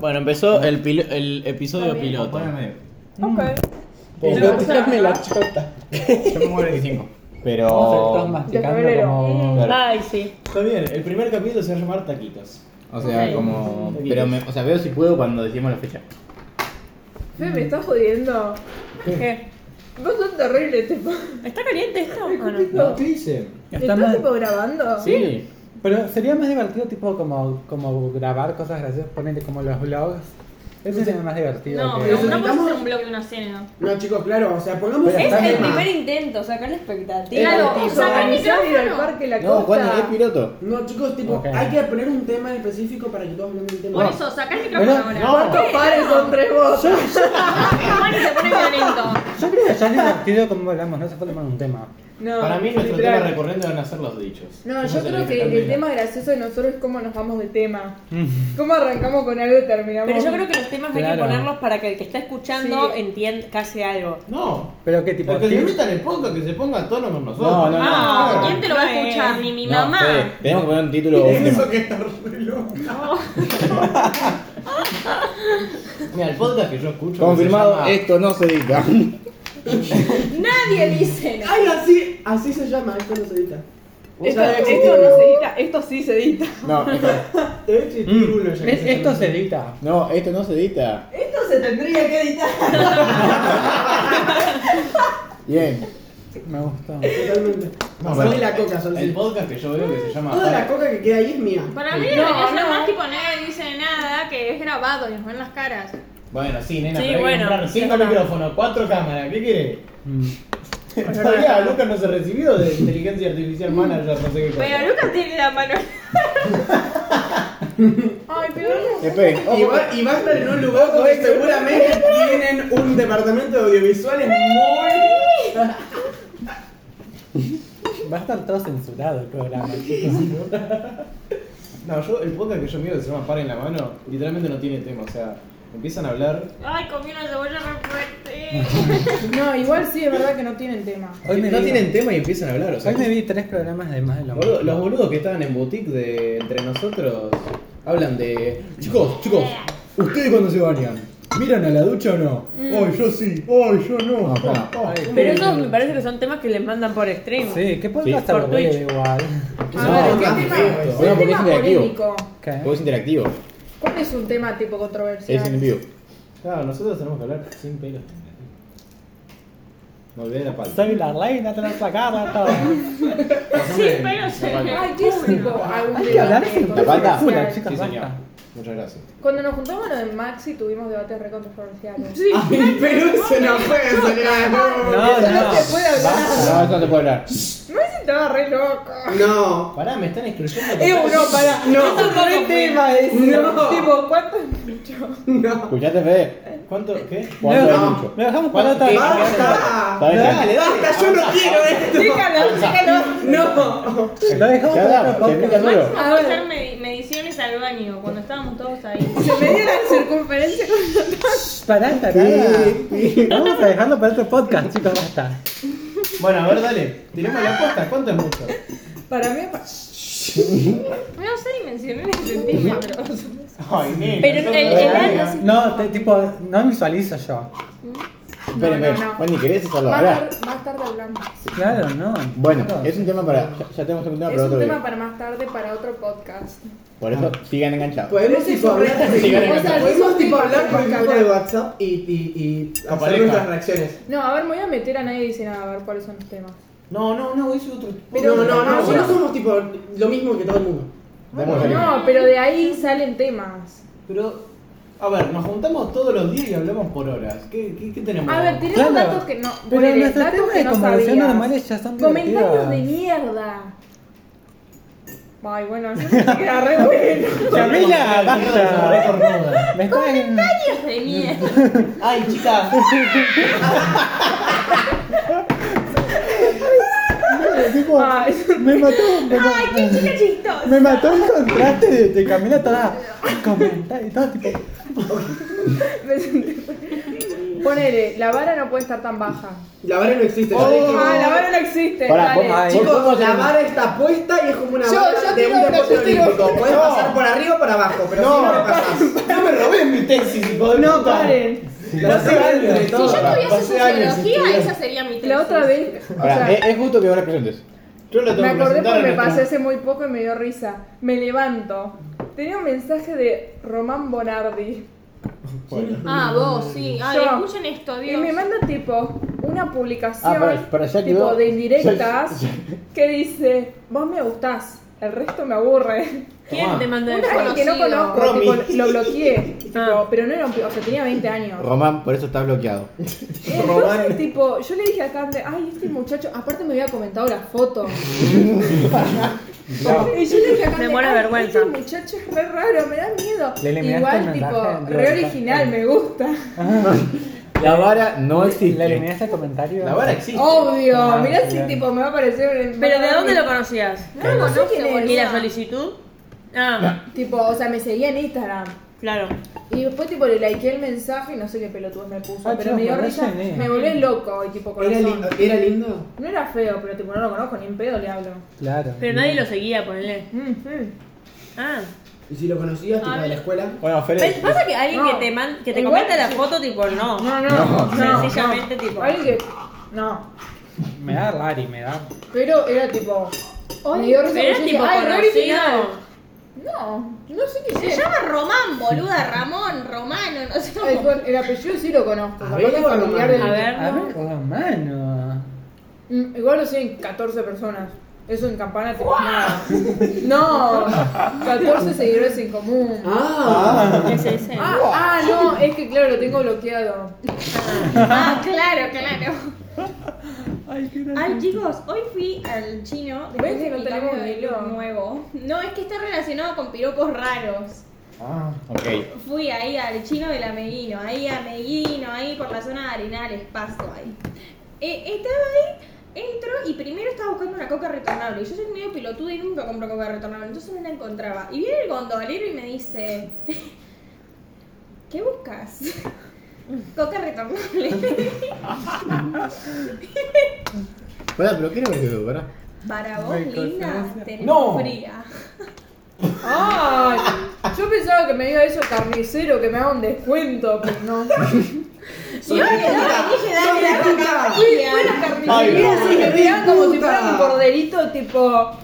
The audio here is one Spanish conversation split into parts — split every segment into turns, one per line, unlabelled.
Bueno, empezó el, pilo- el episodio piloto.
Poneme.
Ok.
Déjame la chota.
Yo me muero el 25.
Estás
Pero.
De
masticando
febrero.
como.
Claro.
Ay, sí.
Está bien, el primer capítulo se va a llamar Taquitos.
O sea,
Ok.
como. Pero me, o sea, veo si puedo cuando decimos la fecha.
Fe, me estás jodiendo. ¿Qué?
Vos sos terrible, tipo.
¿Está caliente esto o no?
No, ¿qué hice?
Está más-
¿Estás tipo grabando?
Sí.
Pero sería más divertido, tipo, como, como grabar cosas graciosas, ponerle como los vlogs. Eso sería más divertido.
No,
que-
pero no puedes
Necesitamos-
hacer un blog de una cena.
No, chicos, claro, o sea, pongamos
Pero
Es
está
el
bien.
primer intento, sacar la expectativa.
Claro,
Tipo,
saca el
organizar ir al
micrófono.
parque la
No, cuando es
costa.
piloto.
No, chicos, tipo,
Ok.
hay que poner un tema en específico para que todos hablen del tema.
Por eso, saca el micrófono
Bueno,
ahora.
no.
¿Cuántos
Pares son tres vos.
Mari se pone violento.
Yo creo que ya es divertido como hablamos, no hace falta poner un tema.
No,
Para mí nuestro
literal.
tema recurrente van a ser los dichos.
No,
Eso
yo
es
creo que
cambia.
el tema gracioso de nosotros es cómo nos vamos de tema. Cómo arrancamos con algo y terminamos.
Pero yo creo que los temas hay
Claro.
que ponerlos para que el que está escuchando
Sí.
entienda casi algo.
No.
Pero qué tipo.
Porque que se
tips?
metan el podcast, que se ponga a tono con nosotros.
No, no, no.
Ah,
no.
¿quién te lo va a
No,
escuchar?
eh.
Ni mi
No,
mamá.
Fede, tenemos que poner un título o un tema.
Eso que está re loca.
Mira, el podcast que yo escucho. que se
Confirmado,
llama-
esto no se edita.
Nadie dice nada.
Ay, así, así se llama, esto no se edita.
Esto,
sea,
esto no se edita, esto sí se edita.
No, esto,
Debe
Mm.
existir uno ya que
Mm. Es-
se
Esto
llama.
se edita.
no, esto no se edita.
Esto se tendría que editar.
Bien.
Me gustó.
Totalmente.
No,
soy
pero-
la coca, soy
El podcast que yo veo que se llama.
Toda la coca que queda ahí es mía.
Para mí
No,
debería ser
no.
más tipo nadie dice nada, que es grabado y nos ven las caras.
Bueno, sí, nena,
Sí,
pero hay que
bueno,
comprar cinco micrófonos, cuatro cámaras, ¿qué quiere?
Mm.
Todavía Lucas no se recibió de inteligencia artificial manager, no sé qué cosa.
Pero Lucas tiene la mano.
Ay, pero
Esperen,
Y,
ojo,
va, y vayan en un lugar donde seguramente tienen un departamento de audiovisuales muy.
Va a estar todo censurado el programa.
No, yo, el podcast que yo miro que se llama Par en la mano, literalmente no tiene tema, o sea, empiezan a hablar.
Ay, comí una cebolla re fuerte.
No, igual sí, es verdad que no tienen tema.
Hoy me,
no
vi,
tienen tema y empiezan a hablar, o sea.
hoy me vi tres programas de más de lo
boludo-
mismo.
los boludos que estaban en boutique de entre nosotros hablan de. Chicos, chicos, ¿ustedes cuando se bañan? ¿Miran a la ducha o no? Ay, yo sí, ay, yo no. Ah, ah.
Pero esos me parece que son temas que les mandan por stream.
Sí, ¿qué podcast
por
tan breve
Twitch.
igual?
A ver,
no,
¿qué tema?
esto.
¿Qué
Bueno, porque es
tema
interactivo.
polémico?
¿Qué?
Vos es interactivo,
¿Cuál es un tema tipo controversial?
es en vivo.
Claro, nosotros tenemos que hablar sin pelos. Me olvidé de la palma.
Soy la reina, te la sacaron todo.
Sí, pero se
Ay, ¿qué es tipo algún
Hay que
debate
hablar sin
La palta.
controversial?
Una chica
Sí, señor.
basta.
Muchas gracias.
Cuando nos juntamos en el Maxi tuvimos debates re controversiales.
Ay, pero eso no puede sonar.
No,
No.
no.
no se puede hablar.
basta.
No, eso no se puede hablar.
No ese estaba re loco.
No.
Pará, me están excluyendo.
no, para.
No.
tema es?
No.
Tipo, ¿cuántos?
No.
¿Escuchaste, Fede?
¿Cuánto? ¿Qué?
¿Cuánto es
No.
mucho?
Me dejamos para otra.
¿Qué?
¡Basta!
¿Sabes
Dale,
qué?
¡Basta! ¡Yo no quiero esto!
Déjalo, déjalo.
¡No!
Lo dejamos
Ya da,
para otro podcast.
termina solo.
Vamos a hacer medi- mediciones al baño cuando estábamos todos ahí.
Se me dio la circunferencia con
Pará, pará. Vamos a dejarlo para otro podcast, chicos, basta.
Bueno, a ver, dale. Tiremos la apuesta. ¿Cuánto es mucho?
Para mí,
No sé dimensionar en centímetros.
Ay, nena.
Pero
sos
el-
una
el-
verga.
No, te- tipo, no visualizo yo.
Esperen, esperen.
no.
Bueno, ni querés hacerlo
más,
ahora.
tar- más tarde hablamos.
Claro, no.
Bueno,
Chicos.
es un tema para. Ya, ya tenemos un tema
es
para
un
otro
tema
día.
para más tarde, para otro podcast.
Por eso
Ah.
sigan
Pues,
enganchados.
Podemos tipo hablar
Sí, gané, gané.
Podemos tipo hablar por el grupo de WhatsApp y, y, y hacer
Aparezca.
nuestras reacciones.
No, a ver, me voy a meter a nadie dice nada, a ver cuáles son los temas.
No, no, no, hice otro.
Pero no, no, no,
no,
nosotros
no.
somos tipo lo mismo que todo el mundo.
Damos el-
No, pero de ahí salen temas.
Pero, a ver, nos juntamos todos los días y hablamos por horas. ¿Qué, qué, qué tenemos?
A ver, tenemos
Claro.
datos que no.
Pero
ponele,
nuestros
datos
temas
que
de
no
conversación
sabías.
normales ya son
Comentarios de
divertidas.
mierda. Ay, bueno, eso sí que era re bueno.
Camila, basta.
basta.
Me estás en...
Dios de
Mm.
mierda.
Ay, chicas.
tipo,
Ay,
me mató, me mató.
Ay, qué chica chistosa.
Me mató el contraste de, de Camila toda comentar y todo tipo.
me sentí- Ponele, la vara no puede estar tan baja.
La vara no existe. ya dije.
Oh.
Ah, la vara no existe.
Pará,
dale.
vos-
Chicos,
¿Cómo se
la
llama?
vara está puesta y es como una
Yo-
vara
yo
de
tiro
un
una,
deporte
yo tiro
olímpico.
una.
Puedes
No.
pasar por arriba o por abajo, pero si no le pasás.
No me robes mi tesis, hijo de
No,
puta.
Paren.
No se vale entre
Si yo
todos.
tuviese
pasé años
sociología,
estudiando.
esa sería mi tesis.
La otra vez, o
Pará,
sea,
eh,
es, es justo que ahora presentes. Yo lo
me
que
acordé
presentar
porque
en
me
nuestro-
pasé hace muy poco y me dio risa. Me levanto. Tenía un mensaje de Román Bonardi.
Bueno.
Ah, vos, sí. Ay,
Yo.
escuchen esto,
Y
Dios.
me manda tipo una publicación
Ah, para- para ya
tipo
quedó.
de indirectas que dice, vos me gustás, el resto me aburre.
¿Quién te mandó el
Una alguien que no
Conocido.
conozco,
Romy.
tipo, lo bloqueé, tipo,
Ah.
pero no era un pi- o sea, tenía 20 años.
Román, por eso estás bloqueado.
Entonces, tipo, Eh, yo le dije a Cande, ay, este muchacho, aparte me había comentado la foto. Y yo le dije a Cande,
Me muero de
"Ay,
vergüenza".
Este muchacho es re raro, me da miedo.
Le eliminaste
Igual,
el
tipo,
mensaje,
re
digo,
original,
está-
me gusta.
La Oh. vara no
¿Le
existe.
eliminé ese comentario?
La vara existe.
Obvio,
Ah,
mirá si
bien.
tipo me va a parecer un-
¿Pero de dónde lo conocías?
No, no sé quién es.
¿Y la solicitud? Ah,
Tipo, o sea, me seguía en Instagram.
claro.
Y después tipo le likeé el mensaje y no sé qué pelotudos me puso.
Ah,
pero
chao,
me dio
me
risa,
rellené.
me volví loco y tipo
Era
corazón.
lindo, era lindo.
No era feo, pero tipo no lo conozco, ni en pedo le hablo.
Claro.
Pero nadie lo seguía, ponele.
Mm, mm.
Ah.
Y si lo conocías, tipo de la escuela.
Bueno,
Pe-
Fede.
Pasa que alguien
No.
que te, man- que te
Igual-
comenta la foto, tipo, no.
No, no, no.
Sencillamente, tipo-
Alguien que. No.
Me da Lari, me da.
Pero era tipo. me dio risa
Pero era
porque yo
tipo
dije, "Ay, re
conocido.
No, no sé qué
Se
es.
llama Román, boluda, Ramón, Romano, no sé
El,
cómo.
con- el apellido sí lo conozco.
A
capaz
ver,
que es
bueno,
familiar del-
A
A
ver,
ver,
no.
oh, mano.
Mm, igual lo siguen 14 personas. Eso en campana te nada. No, 14 seguidores en común. Ah,
Ah,
Es ese.
ah, no, es que claro, lo tengo bloqueado.
Ah, claro, claro. Ay, chicos, hoy fui al chino después
¿Ves que
de
no
mi
tenemos
cambio de
hilo?
look nuevo. No, es que está relacionado con piropos raros.
Ok.
Fui ahí al chino del Ameguino, ahí a Ameguino, ahí por la zona de Arenales, paso ahí. Eh, estaba ahí, entro y primero estaba buscando una coca retornable. Yo soy medio pelotuda y nunca compro coca retornable, entonces no la encontraba. Y viene el gondolero y me dice, ¿qué buscas? coca retornable.
Pará, pero ¿qué era lo que veo, pará?
Para vos, linda, tenés
No.
fría.
Ay, yo pensaba que me diga eso el carnicero, que me haga un descuento, pero no.
Yo le dije, dale la coca
Fui
fría.
fui a la
Ay,
carnicería
no.
se me pegaban como si
Puta.
fuera un corderito, tipo.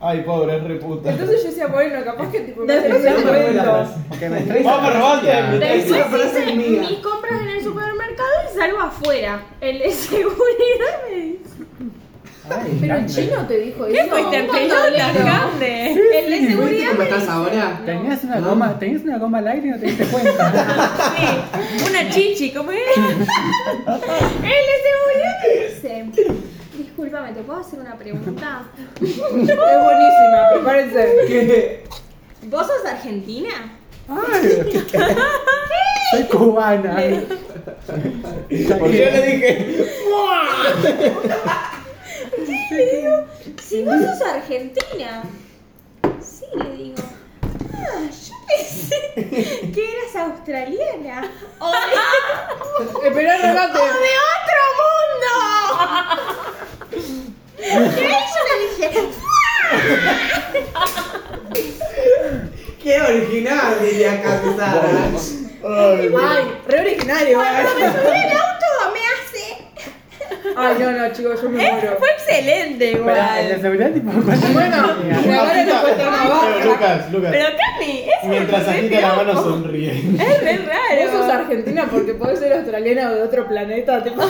Ay, pobre, es reputa.
Entonces yo decía, bueno, capaz que tipo. Me
Después
hacen
se
un
te fue la
descuento.
frase.
Que me estoy
Vamos a robarte.
Ya.
Después
Esa frase
hice
es mía.
mis compras en el supermercado y salgo afuera. El de seguridad me dice.
Ay,
Pero el
grande.
chino te dijo eso.
¿Qué fuiste en
Un bandolero.
pelotas, grande?
El de
¿Viste
seguridad
cómo
me
estás
dice.
ahora?
Tenías una
No.
goma, tenías una goma al aire y no te diste cuenta.
Sí. Una chichi, ¿cómo es?
El de seguridad me dice. Disculpame, ¿te puedo hacer una pregunta?
Es buenísima, Eh, prepárense.
¿Qué?
¿Vos sos argentina?
Ay, soy cubana.
Porque yo le dije.
Le digo, si vos sos argentina. Sí, le digo. Ah, yo pensé que eras australiana. O de,
Esperá,
o
regate.
de otro mundo. Y ahí yo le dije.
Qué original, diría Cansada.
Ay, re originario.
Cuando me
eh.
subí al auto me hace.
Ay, no, no, chicos, yo
¿Eh?
me muero.
Fue excelente
Pero el de
igual.
seguridad tipo cuando
Bueno, me ahora no cuesta una
Pero,
baja.
Lucas, Lucas.
Pero Cami, es
Mientras agita la mano sonríe.
Es re raro.
Vos sos argentina porque podés ser australiana o de otro planeta. tipo.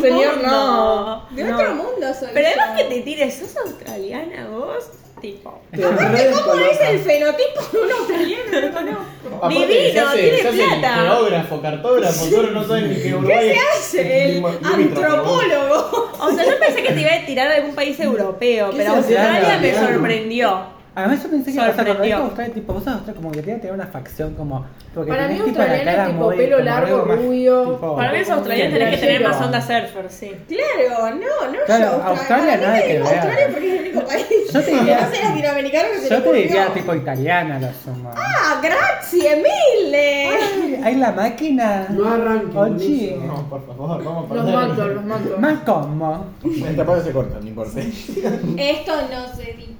Señor, no.
De otro mundo soy.
Pero además que
yo.
te tires, ¿sos australiana vos? Tipo.
Aparte, ¿cómo es el fenotipo de un australiano? No,
Aparte,
Divino,
se hace-
tiene
se hace ni
plata.
Geógrafo, cartógrafo, solo no saben ni que Uruguay.
¿Qué hace el
Lima- limítrofe,
antropólogo?
O sea, yo pensé que te iba a tirar de algún país europeo,
¿Qué
pero
se hace
Australia me
australiano?
sorprendió.
Además yo pensé que o sea, cuando
Sorprendió.
dijo australia, tipo, vos sos australia, como que tiene que tener una facción como. Porque
Para
tenés
mí
tipo la
australiana es
cara
tipo
muy-
pelo
como
largo,
algo más,
rubio.
tipo-
Para mí los australianos
Bien,
tenés que tener más
playero.
onda surfer, sí.
Claro, no, no
Claro,
yo.
Australia
Para mí
nada
te
que
digo
ver.
Australia porque es el único país
Yo te diría-
que no sé latinoamericano que se le
Yo te diría
ocurrió.
tipo italiana la suma.
Ah, grazie mille.
Ay, ¡Hay la máquina!
No arranquen,
Oye.
Luis.
No, por favor, vamos a
Los mato,
perder.
los mato.
Más como.
Esta parte se corta, no importa.
Esto no se edita.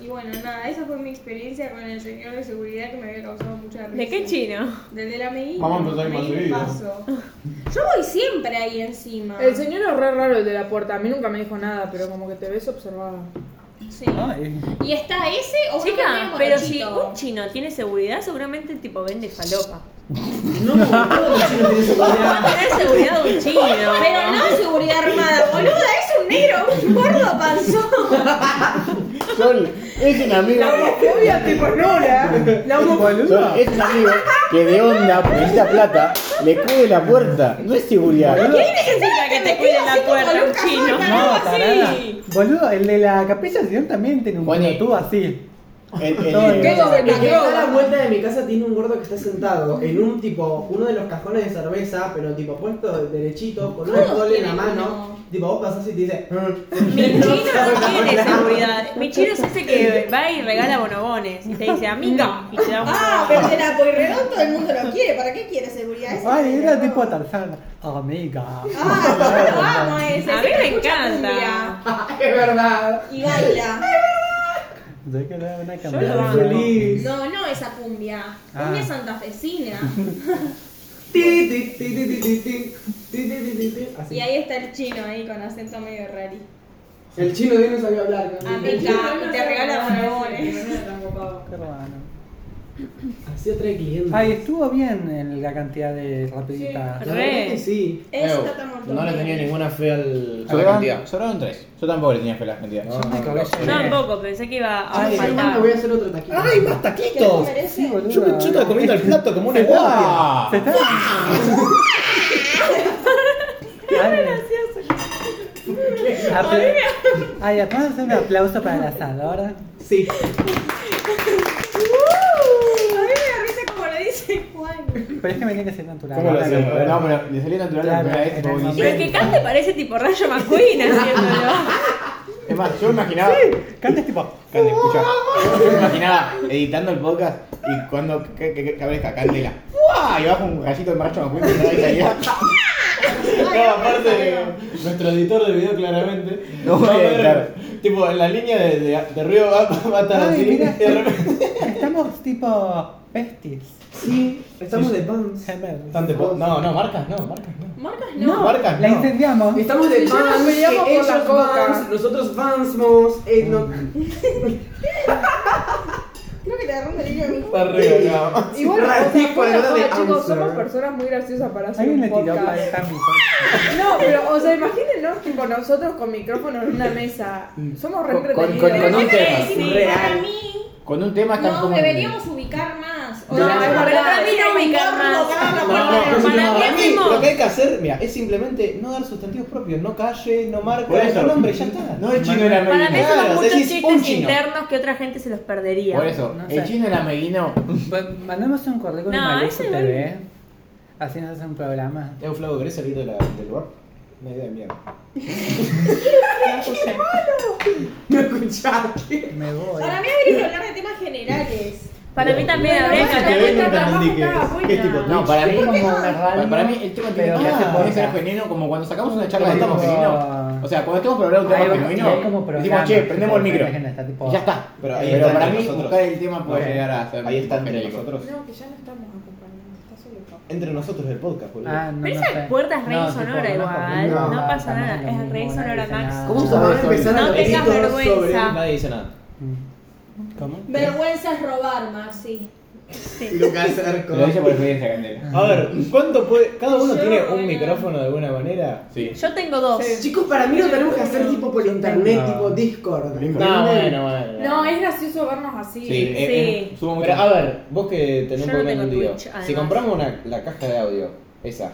Y bueno, nada, esa fue mi experiencia con el señor de seguridad que me había causado mucha risa.
¿De qué chino?
Del de la medina.
Vamos a empezar más
Ahí
seguido.
paso. Yo voy siempre ahí encima.
El señor es re raro el de la puerta. A mí nunca me dijo nada, pero como que te ves observada.
Sí.
Ay.
Y está ese o uno que
Chica,
tiene
pero si
morochito.
un chino tiene seguridad, seguramente tipo vende falopa.
No, todos los chinos tienen seguridad.
Tener seguridad de un chino.
Pero no seguridad armada, boluda, es un negro, un gordo panzón.
Sol, es un amigo.
Obvio, tipo, no,
¿eh?
la, la
Sol, es un amigo que de onda necesita plata, le cubre la puerta. No es seguridad.
¿Qué significa que te cuiden la puerta un chino?
No, parada. Boludo, el de la capilla del Señor también tiene un
Bueno, y-
tú así.
El- el-
No, ¿qué
Tengo
El que
que
está a la vuelta de mi casa tiene un gordo que está sentado en un tipo, uno de los cajones de cerveza, pero tipo puesto derechito, con una
Todos
doble en la
tienen
mano.
uno.
Tipo, vos pasás y te dice, "Mm".
Mi chino no tiene seguridad. Mi chino es ese que va y regala bonobones y te dice amiga y te da un
Ah,
bonobón.
pero el apoyredón todo el mundo lo quiere, ¿para qué quiere seguridad? Ese
Ay,
es
era
el
tipo
apoyredón.
Tarzán. Amiga.
Ah, yo lo amo ese.
A
ese
mí
que
me
escucha
encanta.
cumbia
es verdad.
Y baila.
Yo quiero ver una
lo
cambiada.
banco.
Feliz.
No, no esa cumbia.
Ah.
Cumbia santafesina.
Ti, ti, ti, ti, ti, ti, ti, ti, ti, ti, ti.
Y
Así.
ahí está el chino ahí con acento medio rari.
El chino bien no sabía hablar. ¿no?
Amiga, y te regala bonobones.
Qué raro.
Así atrae clientes.
Ay, estuvo bien el- la cantidad de rapidita.
La
re.
verdad que sí.
Eso
Ew,
está tan montón.
no le tenía ninguna fe al, a la
Sobraban-
cantidad. Sobraron tres. Yo tampoco le tenía fe a la cantidad.
Yo me cagué.
Yo tampoco pensé que iba a
Ay,
Yo me
faltar.
voy a hacer otro taquito.
¡Ay, más taquitos!
Sí, boludo.
Yo me yo estaba comiendo el plato como una guardia.
¡Ah!
Se está. Ay, apl- Ay, ¿podemos hacer un aplauso para la asadora?
Sí.
Uh, a mí me da risa como lo dice Juan.
Pero es que me tiene que ser natural.
¿Cómo lo hacemos?
Ahora,
No, pero le salió natural la
Claro,
primera vez.
era
tipo,
el
ni
momento.
Pero que
sé.
Cante parece tipo Rayo McQueen haciéndolo.
Es más, yo imaginaba.
Canta es tipo.
Cande, escucha. Yo me imaginaba editando el podcast y cuando que, que, que aparezca Candela. ¡Buah! Y bajo un gallito de macho McQueen y ahí salía.
No, aparte, nuestro editor de video claramente.
No,
va a ver,
claro.
Tipo, en la línea de, de, de ruido va, va a estar
Ay,
así.
mira,
y de repente-
estamos tipo besties.
Sí. Estamos de pants.
Gemelos.
Están de po- No, no, marcas, no, marcas, no.
Marcas no.
No,
Marcas,
la
no.
incendiamos.
Estamos de
Yo nos
fans,
peleamos por
ellos
la coca.
fans, nosotros fansmos, eh, no-
Creo que te agarró un delirio de mí.
Está re ganado.
Igual, o sea,
Racismo,
fuera de
¿no?
joda,
de
chicos,
Amsterdam.
somos personas muy graciosas para hacer
Alguien
un
le tiró para
podcast.
dejar mi
No, pero, o sea, imagínennos, tipo, nosotros con micrófono en una mesa. Somos re
Con- con-
entretenidos.
con-
Pero
un
yo te voy a
tema.
decir que
Real.
para mí
Con un tema estamos
nos
como-
deberíamos ubicar más. O
No,
sea,
es
para
verdad,
mí no
es ubicar
ubicar
más.
más.
No, no,
Ah, Para mí
para mí,
mismo.
lo que hay que hacer, mira, es simplemente no dar sustantivos propios, no calle, no marca,
Por eso.
no nombre, ya está.
No, el chino era
Para mí
meguino.
son
Claro,
muchos
decís, un
chistes
chino.
internos que otra gente se los perdería.
Por eso,
No sé.
el chino era meguino.
Bueno, Pues, Mandamos un correo con
No,
Mayuso
ese no.
TV. Así nos hacen un programa.
Eh, Flavio, ¿querés salir de la- del lugar? Una idea de mierda.
no escuchaste.
Me voy.
Para mí habría que hablar de temas generales.
Para mí también habría que
Bueno,
hacer
bueno,
esta
bueno,
trabajo
bueno,
estaba
bueno.
No, para mí
Es como
como
una radio,
Para, para mí el tema tiene
pero
que
que hace
tiene que ser
podcast.
genuino, como cuando sacamos una charla
Ahí
que estamos
va.
genuino. O sea, cuando estemos para hablar de un
Ahí va,
tema
ahí como
genuino,
programa,
decimos, che,
tipo,
prendemos el
la
micro.
agenda está tipo-
Y ya está.
Pero
Pero,
ahí está
para
entre
mí,
nosotros.
buscar el tema puede
Ok.
llegar a ser.
Ahí está entre
genérico.
nosotros.
No, que ya no estamos acompañando, está solo papá.
Entre nosotros el podcast, boludo.
Ah, no,
Pero
no
esa
sé.
puerta es re
No,
insonora
tipo,
igual,
conozco,
no
nada,
pasa
nada,
nada, es re
nada,
insonora,
dice
Max.
nada.
¿Cómo
Vamos a empezar a
No tengas
gritos
vergüenza.
Nadie dice nada.
¿Cómo?
Vergüenza es robar, Maxi.
sobre Lucas
Te
Arco.
Lo dice por experiencia, Candela.
A ver, ¿cuánto puede.? Cada uno
Yo,
tiene un
bueno.
micrófono de alguna manera.
Sí.
Yo tengo dos.
Chicos, para mí lo tenemos que hacer tipo por internet,
No.
tipo Discord.
No, bueno, bueno.
No, es gracioso vernos así.
Sí, eh,
Sí.
eh, subo mucho. Pero, a ver, vos que tenés
Yo
un
no
poco
tengo
en video.
Twitch, además.
Si compramos una, la caja de audio, esa.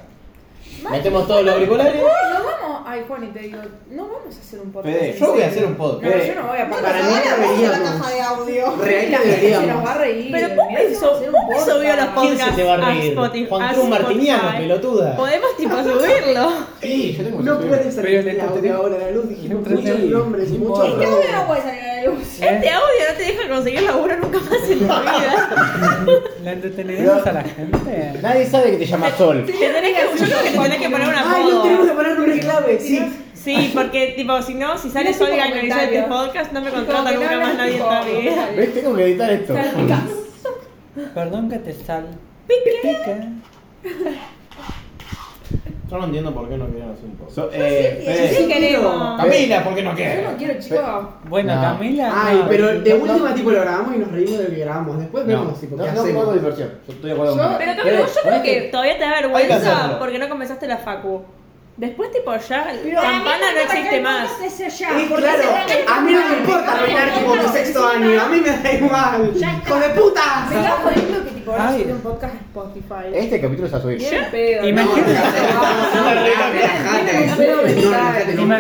Metemos todos los auriculares.
No vamos, ay Juan, y te digo, no vamos a hacer un podcast.
Fede,
en
Yo voy a
serio.
hacer un
No,
podcast.
Fede.
yo no voy a pagar.
Para mí deberíamos.
de audio.
Real que
Se nos va
deberíamos.
a reír.
Pero Poppy
Mirá si vamos a hacer un podcast.
subió los
¿Quién se
podcasts
te va a
a
reír?
Spotify.
Juan
a
Cruz Martiniano,
Spotify.
pelotuda.
Podemos tipo subirlo.
Sí, yo tengo
No puede
Pero en
salir
este
la
tema-
audio ahora a la luz, dijimos
en este
muchos
tema-
nombres y
Sí,
muchos
por-
Este
nombres.
audio no puede salir a la voz.
¿Eh?
Este audio no te deja conseguir laburo nunca más en tu vida.
¿La entretenemos a la gente?
Nadie sabe que te llama Sol.
Te tenés que, yo creo que te tenés que poner una
Ay, no tenemos
foto.
que poner nombre clave. Sí.
Sí, porque, tipo, si no, si
Mira,
sales
tipo,
Olga en el de este
comentarios.
podcast, no me
Como
contrata
que no
nunca más
hablan,
nadie en
tipo,
toda mi vida.
¿Ves? Tengo que editar esto.
Perdón que te sal. Pica.
Yo no entiendo por qué no quieren hacer un post.
So- eh, Fede,
Sí, queremos.
Camila, ¿por qué no
Yo
quieren?
no quiero, chicos.
Bueno,
No.
Camila.
Ay,
no.
Ah, pero de última, tipo, lo grabamos y nos reímos de lo que grabamos. Después
No,
vemos, tipo,
no,
¿qué
no
hacemos?
pongo diversión. Yo estoy de acuerdo con
Yo-
Camila.
Pero Camila,
Fede,
yo creo
¿sabés
que todavía te da vergüenza
hacerlo.
porque no comenzaste la facu. Después, tipo, ya
Pero a mí
campana
me
no
toca que
existe
el mundo
más.
se sea
Y
ya, porque
claro,
seguramente
a mí no me
mal,
importa
porque
arruinar
no
tipo mi
nos
sexto
existe
año,
más.
a mí me da igual.
Ya está.
¡Hijo de puta!
Me estaba jodiendo que tipo ahora
Ay.
subí un podcast a Spotify.
Este capítulo se va a subir.
Bien pedo.
Imagínate.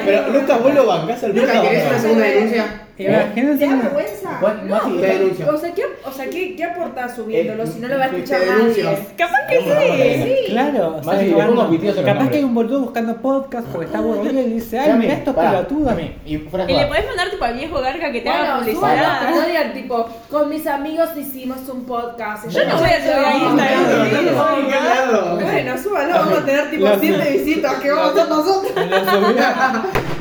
Pero Lucas, vos lo bancás al
Lucas,
podcast,
¿querés
¿no?
una segunda denuncia?
Imagínense.
¿Te da
una-
vergüenza?
¿Cuál-
No.
Mati,
Te denuncio.
O sea, ¿qué, o sea, ¿qué, qué aportás subiéndolo si no lo va a
Te
escuchar
denuncio.
nadie?
Capaz que sí.
Eh, Claro, o sea,
Más si
buscando-
algunos pitidos se lo
capaz que
nombran.
hay un boludo buscando podcast porque está aburrido y dice, ay,
Cami,
mira estos
pará,
pelotudos.
Cami, Y fuera de
Y le
joda.
podés mandar tipo al viejo garga que te haga
Bueno, subo
publicidad.
pero no digan tipo, con mis amigos hicimos un podcast.
Yo no voy a subir a
No, no,
Instagram.
no, no, no.
Bueno, súbalo, vamos a tener tipo 7 visitas que vamos a hacer nosotros.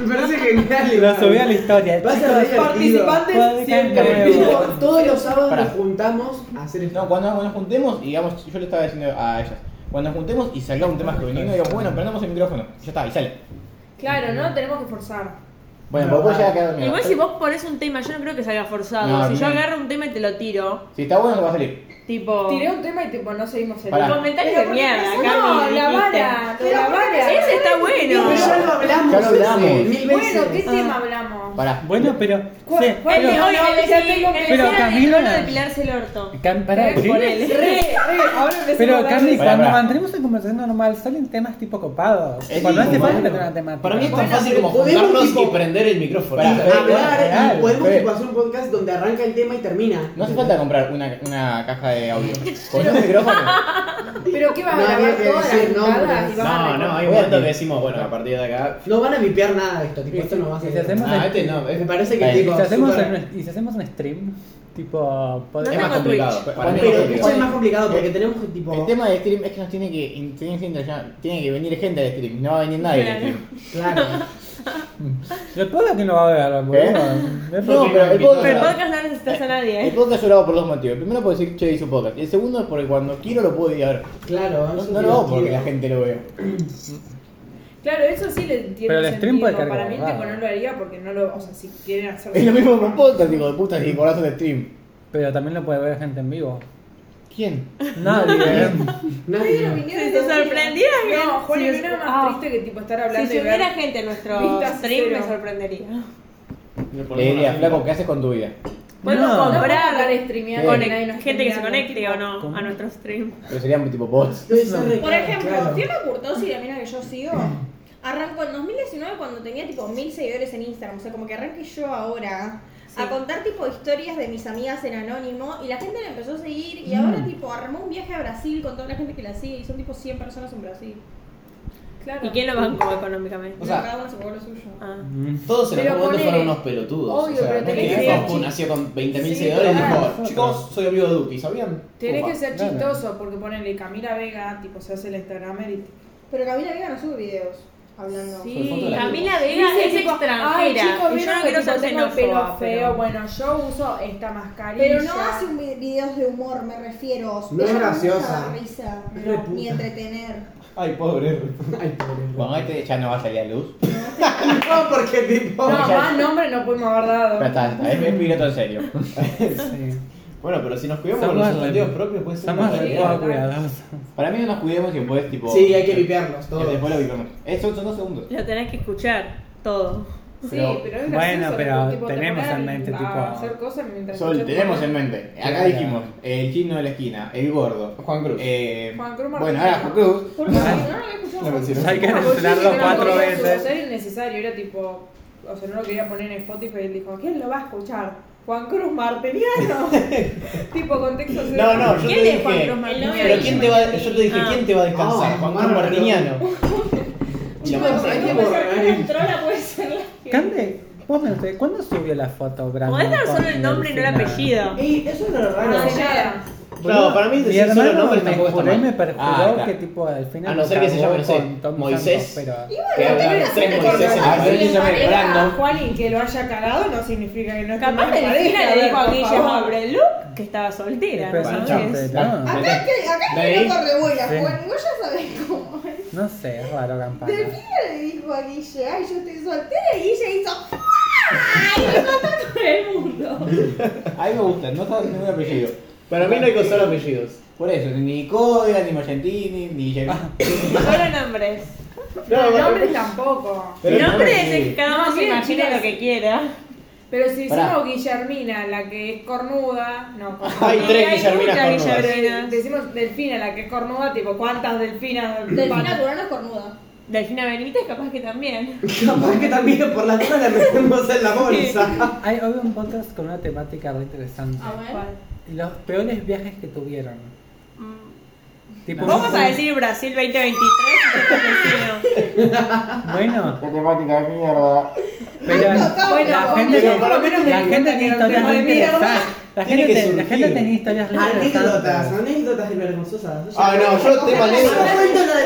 Me parece genial.
Lo subí a la historia.
Va a ser
chicos.
divertido.
Participantes
Podcast
siempre.
nuevo.
Tipo, Todos los sábados
Pará.
nos juntamos a hacer esto.
No, cuando, cuando nos juntemos, y digamos, yo le estaba diciendo a ellas, cuando nos juntemos y salga un tema femenino, digamos, bueno, prendamos el micrófono. Ya está, y sale.
Claro, no tenemos que forzar.
Bueno, vos podés llegar a quedar dormido.
Igual si vos pones un tema, yo no creo que salga forzado.
No,
si yo
no.
agarro un tema y te lo tiro,
Si está bueno, te va a salir.
tipo.
Tiré un tema y tipo, no seguimos el
Pará.
Comentarios de mierda,
No,
Cami,
la
dijiste.
vara, pero la vara.
Ese está bueno.
Pero ya lo hablamos.
Ya lo hablamos.
ese, Mil veces.
Bueno, ¿qué tema hablamos?
Pará.
Bueno, pero.
¿Cuál-
sí,
cuál
El de
pero-
no,
hoy,
no,
el de
ya
sí,
tengo
el de
Pero,
sí, el
Camila.
de depilarse el orto.
Cam- pará,
Eh,
¿sí?
Re, re, ahora empezamos a
Pero
hablar
Cami,
de-
Pará,
cuando
pará.
mantenemos una conversación normal, salen temas tipo copados.
Es
Cuando no hace falta
inhumano.
tener una temática.
Para mí es tan
Bueno,
fácil
pero
como
podemos,
juntarnos
tipo,
y prender el micrófono.
Pará,
Pará,
pará.
Hablar
real,
y podemos
Fede.
tipo, hacer un podcast donde arranca el tema y termina.
No hace falta comprar una, una caja de audio. Con un micrófono.
Pero qué vas a
No, había
grabar
que
todas las
decir
juntadas y
nombres.
vas a
No,
recordar?
no, hay un momento que decimos, bueno, a partir de acá.
No van a vipear nada de esto, tipo, esto no va a
Si
ser.
hacemos-
Ah, este no.
Me
es-
parece
Eh,
que
Y
tipo.
si hacemos,
súper-
un- y si hacemos un stream, tipo podcast.
Es más
tengo
complicado.
Twitch.
Para mí es
Pero
más
es
complicado.
más complicado porque tenemos
Eh, El
tipo.
tema de stream es que nos tiene que, tiene que, interaccionar- tiene que venir gente al stream. No va a venir nadie al stream.
Claro.
Yo puedo que no va a
¿Eh?
haber, boludo.
No, pero el podcast.
Pero el podcast no necesitas a nadie.
El
¿eh?
podcast yo lo hago por dos motivos. El primero por decir che hizo podcast. Y el segundo es porque cuando quiero lo puedo ir a ver.
Claro,
No,
eso
no
es
lo hago porque
divertido.
la gente lo vea.
Claro, eso sí le tiene
Pero el
sentido.
stream puede
Para
cargar,
mí el
claro.
tipo no lo haría porque no lo, o sea, si quieren hacerlo.
Es lo mismo con podcast, digo, de puta, si corazón de stream.
Pero también lo puede ver gente en vivo.
¿Quién?
Nadie.
Nadie.
Si te sorprendiera,
No,
gente,
Juan,
si
no
es-
era más
ah.
triste que tipo estar hablando
Si
y ver-
subiera gente en nuestro
Vistas
stream,
cero.
me sorprendería.
Le diría, flaco, ¿qué haces con tu vida?
Podemos
No.
No podemos
comprar
estar streameando
Sí.
que nadie nos
con gente que se
streamea,
conecte
tipo,
o no a nuestro stream.
Pero serían tipo bots.
Por ejemplo, Fiona Curtosi, la mina que yo sigo, arrancó en 2019 cuando tenía tipo mil seguidores en Instagram. O sea, como que arranqué yo ahora a contar tipo historias de mis amigas en anónimo y la gente la empezó a seguir
Mm.
y ahora tipo armó un viaje a Brasil con toda la gente que la sigue y son tipo 100 personas en Brasil.
Claro.
¿Y quién lo bancó económicamente?
O sea,
cada uno se pagó lo suyo.
Ah.
Mm,
Todos en
Pero
algún momento
ponele-
fueron unos pelotudos.
Obvio,
o sea,
pero
no es
tenés
que
que
Facu
ser chi-
nació con 20.000
Sí,
seguidores y
claro.
dijo, chicos, soy amigo de Duki, ¿sabían?
Tenés que ser
Claro.
chistoso porque ponele Camila Vega, tipo, se hace la Instagramer y
Pero Camila Vega no sube videos hablando.
Soy foto de la
Camila Vega
Dice,
es
tipo,
extranjera.
Ay, chicos,
y yo
vieron
no
que
quiero
tipo,
ser
tengo el pelo feo.
xenófoba, pero-
Bueno, yo uso esta mascarilla.
Pero no hace un vi- videos de humor, me refiero.
No es
Ella
graciosa.
No da risa,
Es
no,
reputa.
ni entretener.
Ay, pobre.
Ay, pobre.
Bueno, este ya no va a salir a luz.
No, porque tipo.
No,
Ya-
más nombre no pudimos haber dado.
Pero está, está, es, es piloto en serio.
Sí.
Bueno, pero si nos cuidamos con
Somos
nuestros sentidos
re-
propios, puede ser
Estamos
una
re
realidad.
poco cuidadosos.
Para mí no nos cuidemos y después tipo...
Sí, hay que vipearlos
y
todos.
Después lo vivimos. Eh, son, son dos segundos.
Lo tenés que escuchar todo.
Sí,
Pero-
pero, es
Bueno,
gracioso,
pero
tipo, te
tenemos
ponen
en mente,
a
tipo,
hacer cosas mientras
Sol,
escuchas
tenemos
música.
en mente. Acá
Claro.
dijimos, el chino de la esquina, el gordo.
Juan Cruz.
Eh,
Juan Cruz
bueno,
Martínez.
ahora Juan Cruz.
Porque no lo había escuchado.
La mencioné.
Hay que
Ah, pues yo dije
mencionarlo
que no lo
cuatro
quería
veces.
Era innecesario, era tipo. O sea, no lo quería poner en Spotify y él dijo: ¿Quién lo va a escuchar? Juan Cruz Marteliano. tipo contexto cero.
No, no, yo
¿Quién
te
es Juan
dije.
Cruz Martínez?
Pero quién te va, yo te dije,
Ah.
¿quién te va a descansar?
Ah,
Juan Cruz
Marro.
Martiniano.
Chico,
más-
hay que borrar. Una trola puede ser la
Cande, Vos me preguntaste, ¿cuándo subió la foto, Brandon?
Podés dar solo
Conti,
el nombre y no el
final?
apellido.
Eh,
Y eso no lo raro.
Ah, ya.
Boludo,
Claro, para mí
mi
decir solo
hermano
nombres
me
tampoco está
juró y
mal.
me perjuró
Ah, claro.
que tipo al final
A no ser que se
lo
llame, no
cagó
sé,
con Tom
Moisés.
Santos,
Y
pero...
Que
bueno,
habrá tres
tenés que
Moisés en
reconocer
la
que
pareja.
en pareja,
Brandon.
Juan y que lo haya cagado no significa que no esté
Capaz
mal en
de Delfina
pareja,
le dijo a
por
Guillermo
favor.
Abreluk que estaba soltera,
Pero
¿no
no,
sabes?
pero no.
Acá es que, acá es que
¿Veis?
no corre bola,
Sí.
pues,
Juan. Vos ya sabés cómo es.
No sé, es raro campana.
Delfina le dijo a Guille, ay, yo estoy soltera, y ella hizo ¡Ay! Me mató a todo el mundo.
A mí me gusta, no está ningún apellido. Para mí no hay que usar apellidos. Por eso, ni Codia, ni Magentini, ni Guillermo.
Solo nombres.
No, nombres tampoco.
Pero el nombre
nombres es
sí.
que cada uno
No,
se
sí,
imagina
chicas.
lo que quiera.
Pero si
Pará.
decimos Guillermina, la que es cornuda, no, cornuda.
Hay
Y
tres
hay
Guillerminas
muchas
cornudas.
Guillerminas.
Decimos Delfina, la que es cornuda, tipo, ¿cuántas delfinas?
Delfina Turano es cornuda.
Delfina Benítez capaz que también.
Capaz que también por la duda la metemos en la bolsa.
Ah, Hay hoy un podcast con una temática re interesante.
Ah,
A ver.
Los peores viajes que tuvieron. Tipo,
Mm. Vamos a decir Brasil 2023 y yo te menciono.
Bueno,
Qué temática de mierda.
pero
bueno,
la gente,
pero por lo menos me
la
di
gente
cuenta que era
tenía
un tema
historias re
de mierda.
interesantes. La
Tiene
gente,
que
te- la
surgir.
gente tenía historias re
Anécdotas,
interesantes.
anécdotas vergonzosas.
Ah, no, yo tengo anécdotas.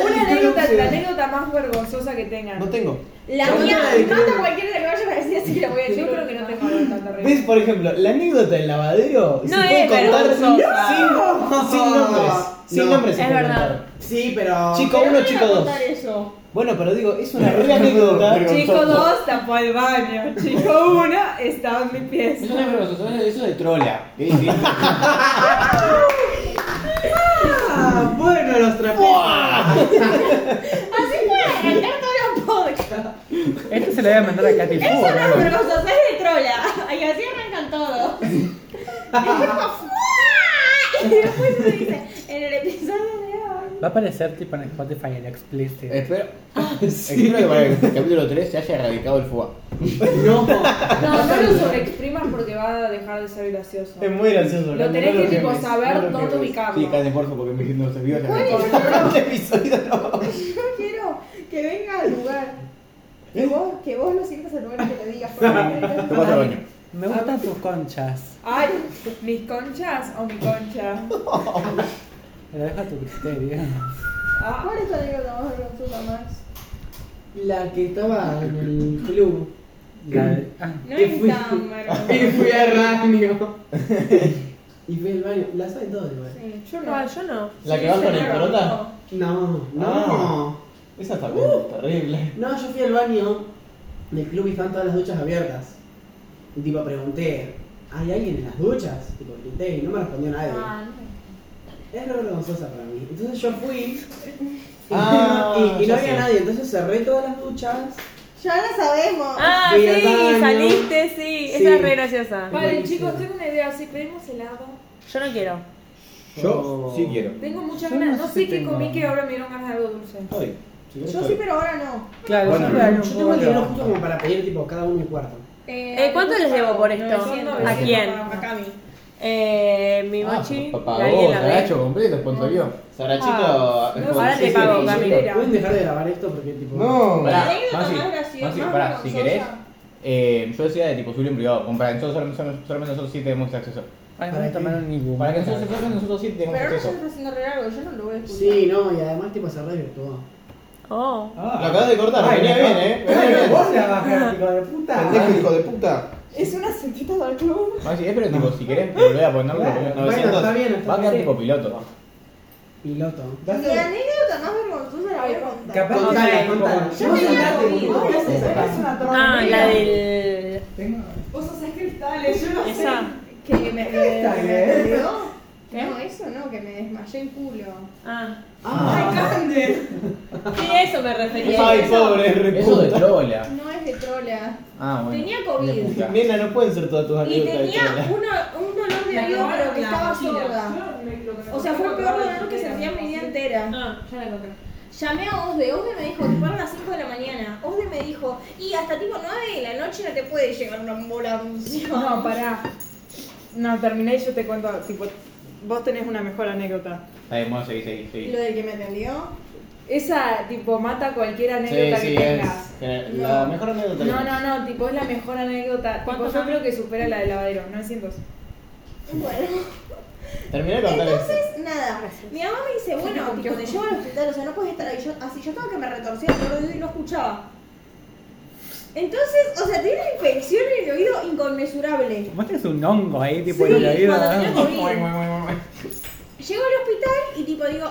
Una anécdota, la anécdota más vergonzosa que tengan.
No tengo.
La
Yo
mía,
no la dejé.
no cualquiera de la que vaya a decir, así que la voy a decir.
Yo creo que no tengo anécdota terrible.
¿Ves, por ejemplo, la anécdota del lavadero
No es vergonzosa.
sin, sin nombres? Sin
No.
nombres se
Es
puede
verdad.
contar.
Sí, pero.
Chico
Pero
1,
no
chico
iba a
2.
contar eso.
Bueno, pero digo, es una re anécdota.
Pero-
Chico
vergonzoso.
2 tapó el baño. Chico 1 estaba en mi
Eso
pieza.
no es vergonzoso, eso es de trola. ¿Qué dices?
Ah, bueno, los traperos.
Así puede arrancar todos los podcasts.
Esto se lo voy a mandar a Katy
Eso no es
Fu, ¿no?
vergonzoso, es de trola. Y así arrancan todos. Y después, ¡fua! Y después se dice, en el episodio de hoy.
Va a aparecer tipo en Spotify el explicit.
Espero. Espero que para el capítulo 3 se haya erradicado el FUA.
No.
No, no lo sobreexprimas porque va a dejar de ser gracioso.
Es muy gracioso.
Lo tenés que tipo saber dónde
Sí,
ubicarlo.
Cande, por favor, porque me siento servido.
¿Cuál es?
episodio no.
Yo quiero que venga al lugar. Que vos, que vos lo sientas al lugar que te digas. porque
Te vas al baño.
Me gustan tus conchas.
Ay, mis conchas o mi concha.
Lo dejo a tu criterio.
Ah,
¿Cuál es tu anécdota más vergonzosa, Max?
La que estaba en el club.
La- ah,
No
¿Qué
es
fui?
tan vergonzosa.
Y fui al baño. y fui al baño. La saben todos igual.
Sí,
yo no.
No, yo no.
¿La que vas con el pelota?
No, no.
Ah. Esa también es terrible.
No, yo fui al baño del club y estaban todas las duchas abiertas. Y tipo pregunté, ¿hay alguien en las duchas? Tipo grité y no me respondió nadie.
Ah, no.
Es re vergonzosa para mí. Entonces yo fui
Ah,
y, y no
ya
había
sé.
nadie. Entonces cerré todas las duchas.
Ya la sabemos.
Ah,
Fui al
sí,
baño.
saliste, sí.
Sí.
Esa es re graciosa.
Vale, chicos, tengo una idea. Si pedimos helado,
Yo no quiero.
Yo sí quiero.
tengo muchas
Yo
ganas.
no
No
sé
sé
si
qué
tengo.
comí que ahora me dieron ganas de algo dulce.
Ay,
Yo sí, pero ahora no.
Claro,
Bueno,
yo le daría un
Yo tengo el dinero
poco.
justo como para pedir tipo cada uno un cuarto.
Eh, ¿cuánto les debo por esto?
¿A
quién?
A Cami.
Eh, mi
Ah,
mochi.
papá,
la vi en
vos,
la B.
Saracho completo, sponsorió.
Sarachito.
Ah,
es
no,
como-
ahora
sí,
te
sí,
pago,
sí,
Cami.
sí.
Mira.
¿Pueden dejar de grabar esto? Porque tipo...
No.
Pará,
La anécdota
Masi,
más graciosa,
Masi,
más
pará, si
vergonzosa.
querés, eh, yo decía de tipo subir en privado. Como para que nosotros solamente, solamente- solamente nosotros sí tenemos acceso.
Ay, no me tomaron ningún.
Para que nosotros, solamente nosotros sí tenemos
Pero ahora yo
acceso.
estoy haciendo re largo, yo no lo voy a escuchar.
Sí, no, y además tipo cerré virtuoso.
Oh.
Ah, Lo acabas de cortar, venía bien, eh. Venía
Ay,
bien.
vos la bajás, hijo de puta.
Pendejo, hijo de puta.
Es una setita del club.
Masi, eh, pero tipo, si querés volver a ponerlo,
Claro,
porque
bueno, está bien, está
va a quedar
bien.
tipo piloto.
Piloto.
Mi anécdota más vergonzosa la voy a contar.
Capaz
Ok.
contala, contala.
Yo
Vos
me la
hablaste
comí.
con- ¿Qué haces acá?
Ah, la del.
Vos sos cristales, yo no sé.
Esa.
Que me, me,
Está
me
bien.
desmayó. No, eso no, que me desmayé en culo.
Ah.
Ah,
Sí, a eso me refería.
Ay,
eso.
pobre, re
Eso de
puta.
trola.
No es de trola.
Ah, bueno.
Tenía COVID.
De puta.
Nena, no pueden ser todas tus
Y
anécdotas de
tenía
trola.
uno, un dolor de oído, pero que estaba sorda. O sea, fue el peor dolor que sentía mi vida entera.
Ah, ya la encontré.
Llamé a Osde, Osde me dijo que fueron las 5 de la mañana. Osde me dijo, y hasta tipo 9 de la noche no te puede llegar una ambulancia.
No, pará. No, terminé y yo te cuento, tipo, vos tenés una mejor anécdota.
Ahí, bueno, seguí, seguí, seguí.
Lo del que me atendió.
Esa, tipo, mata cualquier anécdota que tengas.
que
No.
La mejor anécdota. que
No,
tengas.
no, no, tipo, es la mejor anécdota. Tipo,
¿Cuántos
yo
son?
creo que supera la del lavadero, 900.
Bueno.
Terminé de contar esto.
Entonces, nada, mi mamá me dice, bueno, tipo, te llevo al hospital, o sea, no puedes estar ahí. Yo, así yo estaba que me retorcía el oído y no escuchaba. Entonces, o sea, tenía una infección en el oído inconmensurable.
Vos tenés un hongo ahí, tipo,
Sí,
en ah. el oído.
cuando
¿no?
tenés COVID. Llego al hospital y tipo digo,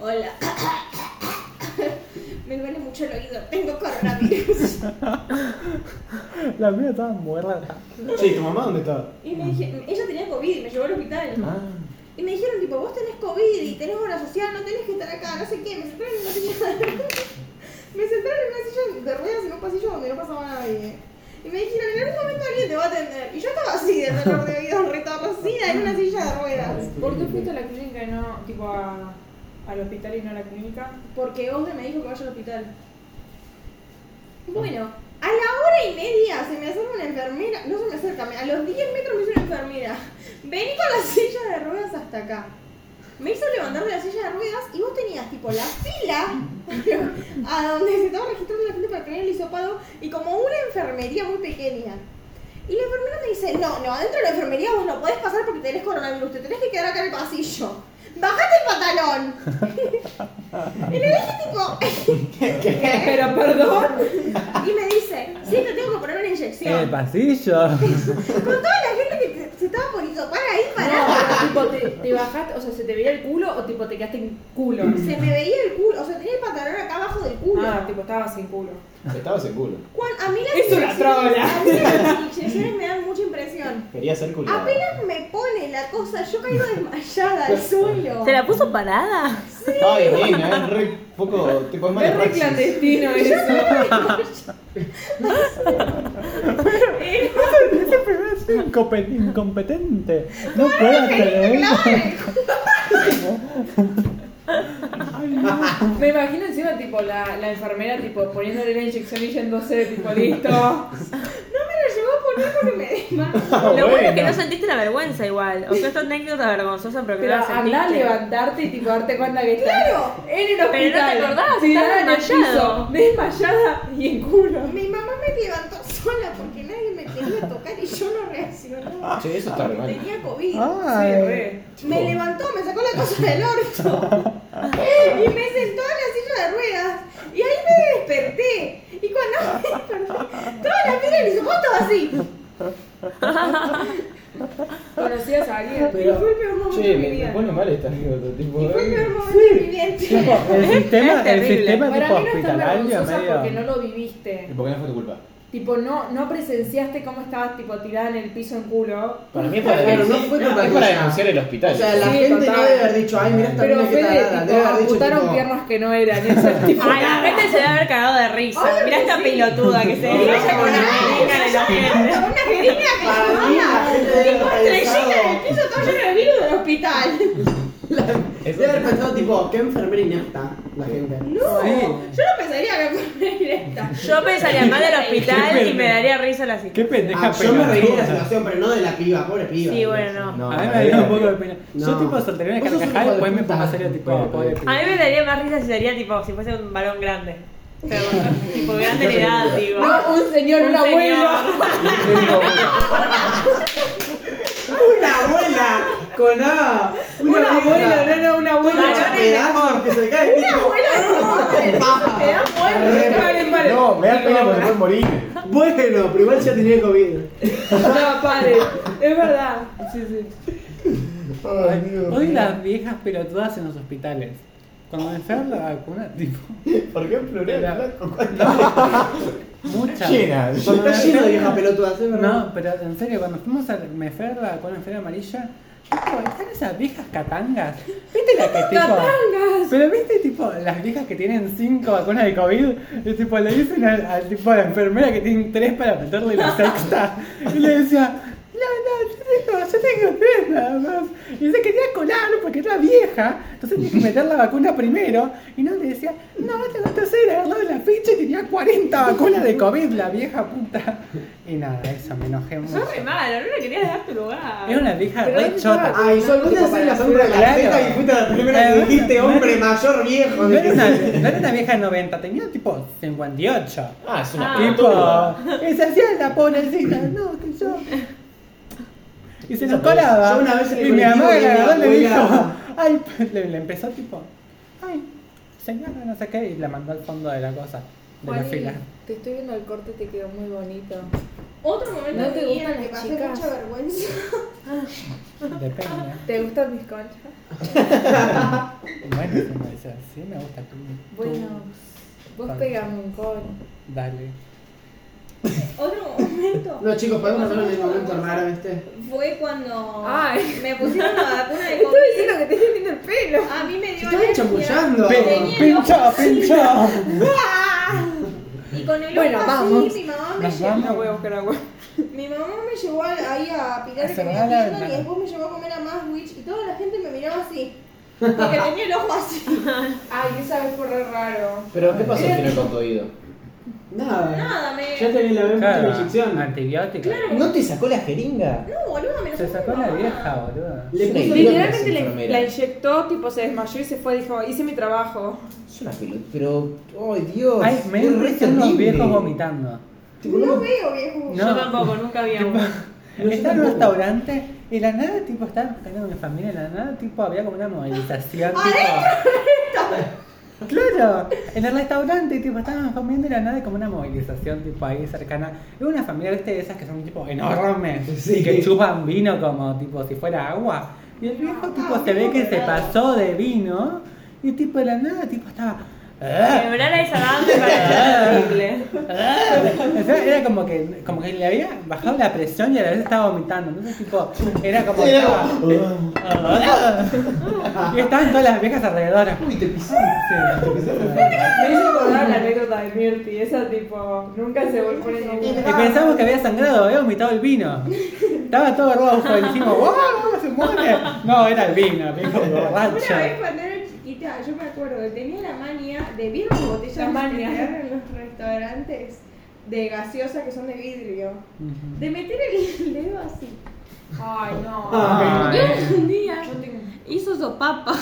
hola. Me duele mucho el oído, tengo coronavirus.
La mía estaba muerta.
Sí, ¿tu mamá dónde estaba?
Y me dije, ella tenía COVID y me llevó al hospital.
Ah.
Y me dijeron, tipo, vos tenés COVID y tenés obra social, no tenés que estar acá, no sé qué. Me sentaron en una silla. me sentaron en una silla de ruedas en un pasillo donde no pasaba nadie. Y me dijeron, en algún momento alguien te va a atender. Y yo estaba así, de dolor de oído, retorcida en una silla de ruedas.
¿Por qué fuiste a la clínica y no, tipo, a, al hospital y no a la clínica?
Porque Osde me dijo que vaya al hospital. Bueno, a la hora y media se me acerca una enfermera. No se me acerca, me- a los 10 metros me hizo una enfermera. Vení con la silla de ruedas hasta acá. Me hizo levantar de la silla de ruedas y vos tenías tipo la fila a donde se estaba registrando la gente para tener el hisopado y como una enfermería muy pequeña. Y la enfermera me dice, no, no, adentro de la enfermería vos no podés pasar porque tenés coronavirus, te tenés que quedar acá en el pasillo. ¡Bajate el pantalón! y le dije tipo,
Pero, perdón.
y me dice, sí, te tengo que poner una
En el
inyección.
pasillo.
Con toda la gente que te- se estaba por hisopar ahí parada.
No, pero, tipo, te, te bajaste, o sea, ¿se te veía el culo o, tipo, te quedaste en culo?
Se me veía el culo, o sea, tenía el pantalón acá abajo del culo.
Ah, tipo, estaba sin culo.
Estaba seguro.
Cuan- a mí las
Es una
inyecciones-
trola.
a mí las inyecciones me dan mucha impresión.
Quería ser culiado.
Apenas me pone la cosa, yo caigo desmayada al suelo.
¿Te la puso parada?
Ay, niña, es re poco. Tipo, es mala
Es re
praxis.
clandestino eso.
Este Es incompe- incompetente. No puedo
¿Eh?
creer.
Me imagino encima, tipo, la, la enfermera, tipo, poniéndole la inyección y yéndose, tipo, listo.
No me lo llevó a poner porque me desmayé.
Ah,
Lo bueno. es que
bueno.
no sentiste la vergüenza igual. O sea, esta anécdota vergonzosa, pero que
Pero
no la sentiste.
andá a levantarte y tipo darte cuenta que estás
Claro.
en el hospital.
Pero no te acordás,
tirada en el
estabas desmayado.
piso, Desmayada y en culo.
Mi mamá me levantó sola porque nadie me quería tocar y yo no reaccionaba.
Che, eso está re mal.
Tenía COVID.
Sí,
Ay.
re.
Me levantó, me sacó la cosa del orto Eh, y me sentó en la silla de ruedas. Y ahí me desperté. Y cuando me desperté, toda la piel del supuesto así.
Conocías a alguien.
Y fue el peor momento
Che,
de mi
me, me
vida.
pone mal esta anécdota. Tipo,
Y fue el peor
eh.
momento de mi vida.
Tipo, El sistema, el
terrible.
sistema
Para
tipo
mí no es tan
hospitalario
vergonzosa
medio.
porque no lo viviste.
¿Y por qué no fue tu culpa?
Tipo, no, no presenciaste cómo estabas tipo tirada en el piso en culo.
Para mí es para,
para Claro, no fue culpa
es para
tuya.
denunciar el
O
hospital.
sea, la
Sí,
gente
total.
no debe haber dicho, ay, mira esta
Pero
mina que
Fede,
tarada. Debe
tipo,
haber dicho,
amputaron
tipo,
piernas que no eran. Eso es tipo.
Ay, la gente se debe haber cagado de risa. Mirá esta pelotuda que se desmaya con una jeringa en el ojete.
Una jeringa que
Para mí la
llamaba.
gente debe
Tipo,
haber
estrellita en el
pensado,
piso, todo lleno de virus del hospital.
debe haber pensado, tipo, qué enfermera inepta la gente.
No, yo no pensaría que fue directa.
Yo pensaría mal del hospital y me daría risa la
Qué
situación.
pendeja
Ah, yo me reí de la
pelotuda.
situación, pero no de la piba, pobre piba.
Sí, bueno, no.
A mí me dio un poco de pena. Yo
No.
tipo soltaría una
Vos sos un pues, hijo
carcajada y
de
después me
puta.
pongo serio tipo
Bueno,
pobre
A
pibe.
mí me daría más risa si sería tipo, si fuese un varón grande. Pero tipo grande de edad, digo.
No, un señor,
Un
una abuela.
señor.
Una abuela con A. Una,
Una abuela, no, no, una
Una
abuela.
pedazos que se cae. Una abuela
Paren, paren.
No, me da pena porque pueden morir.
Bueno, pero igual ya tenía COVID.
No, pare. Es verdad. Sí, sí.
Ay, Dios.
Hoy las viejas pelotudas en los hospitales. Cuando me enfermo la vacuna, tipo,
¿Por qué pluré blanco?
muchas.
Llena.
Cuando me
Está lleno de
enfermo-
viejas pelotudas, ¿eh?
No, pero en serio, cuando fuimos a me fui a la vacuna enferma amarilla, tipo, están esas viejas catangas. ¿Viste las que tipo?
Catangas.
Pero viste tipo las viejas que tienen cinco vacunas de COVID, y tipo le dicen al, al tipo a la enfermera que tienen tres para meterle la sexta. Y le decía, no, no, yo tengo, yo tengo tres nada más. Y se quería colar porque era vieja. vieja, entonces tenía que meter la vacuna primero. Y no le decía, no, esta es la tercera, al lado de la ficha y tenía 40 vacunas de COVID, la vieja puta. Y nada, eso, me enojé mucho.
Sos re malo, no le querías dar tu lugar.
Era una vieja
Pero
re
es
chota.
verdad.
Ay, solo te haces la sombra de la
Claro.
teta y fuiste la primera que
Claro.
dijiste hombre mayor viejo.
No
de que
era, una, no era una vieja de 90, tenía tipo 58.
Ah, es una
Ah.
Tipo,
pelotuda.
y se hacía la pobrecita, no, que yo. Y se nos
Yo
colaba.
una vez en el
Y mi mamá
colectivo vi a
la agarró y le
mi
dijo,
abuela-
ay, le, le empezó tipo, ay, señora, no sé qué, y la mandó al fondo de la cosa, de la fila.
te estoy viendo el corte, te quedó muy bonito.
Otro momento
¿No
de
te
mi vida en el
gustan
que
las
pasé
chicas?
mucha vergüenza.
Depende.
¿Te gustan mis conchas?
Bueno, si me dice, sí, me gusta tú. tú,
Bueno, vos
Concha.
pegame un con.
Dale.
Otro momento.
No, chicos, podemos hablar en el momento raro, ¿viste?
Fue cuando
Ay.
me pusieron la vacuna de
Estoy
COVID.
diciendo que te estoy viendo el pelo.
A mí me dio
Se estaban chamullando.
Pin-
Tenía el ojo
Pincha,
así,
pincha.
Y con el
Bueno,
ojo
vamos.
así, mi mamá me
Nos
llevó.
vamos.
Mi mamá me llevó a- ahí a picar
A
que
cerrar
tenía
la
Kindle
ventana.
y después me llevó a comer a Maswich y toda la gente me miraba así. Porque tenía el ojo así.
Ay, esa vez fue re raro.
Pero, ¿qué pasó al final con tu oído?
Nada.
Nada, me.
Ya tenés la vez
Claro, Ah,
la inyección.
antibiótico.
Claro.
¿No te sacó la jeringa?
No, boludo, me lo
Se
sacó
sacó
mi
la
mamá.
vieja, boludo.
Le
Sí,
puso-
sí.
Literalmente
Las
le-
enfermeras.
la inyectó, tipo se desmayó y se fue. Dijo, hice mi trabajo.
Es una pelota, pero. ¡Ay, Dios!
Ay, me
es re
impresionan los
terrible.
viejos vomitando.
Tipo, no-
No veo, viejo.
No.
Yo tampoco, nunca había uno.
Estaba en
No, yo
un
tampoco.
restaurante y la nada, tipo, estaba buscando con mi familia, y la nada, tipo, había como una movilización. tipo- Claro, en el restaurante, tipo, estaban comiendo y la nada, como una movilización, tipo, ahí cercana. Era una familia, viste, de esas que son, tipo, enormes,
Sí.
que chupan vino como, tipo, si fuera agua. Y el viejo,
Ah,
tipo, se ve que se pasó de vino y, tipo, de la nada, tipo, estaba. "Ah,
Quebrar a esa banda me pareció horrible.
Ah, o sea, era como que, como que le había bajado la presión y a la vez estaba vomitando. Entonces, tipo, era como. que estaba- eh, y estaban todas las viejas alrededor. Uy, te pisé.
Me hizo acordar la anécdota de Mirti. Esa tipo, nunca se volvió
Y pensamos que había sangrado, había vomitado el vino. Estaba todo rojo. Y dijimos, ¡wow! ¡Se muere! No, era el vino, viejo borracho.
Una vez cuando era chiquita, yo me acuerdo que tenía la manía de vieron las botellas
La
que
manía.
te dan en los restaurantes de gaseosa que son de vidrio, de meter el dedo así.
Ay,
Ah,
no.
Ah,
Ay,
Un día
Yo tengo-
hizo sopapa.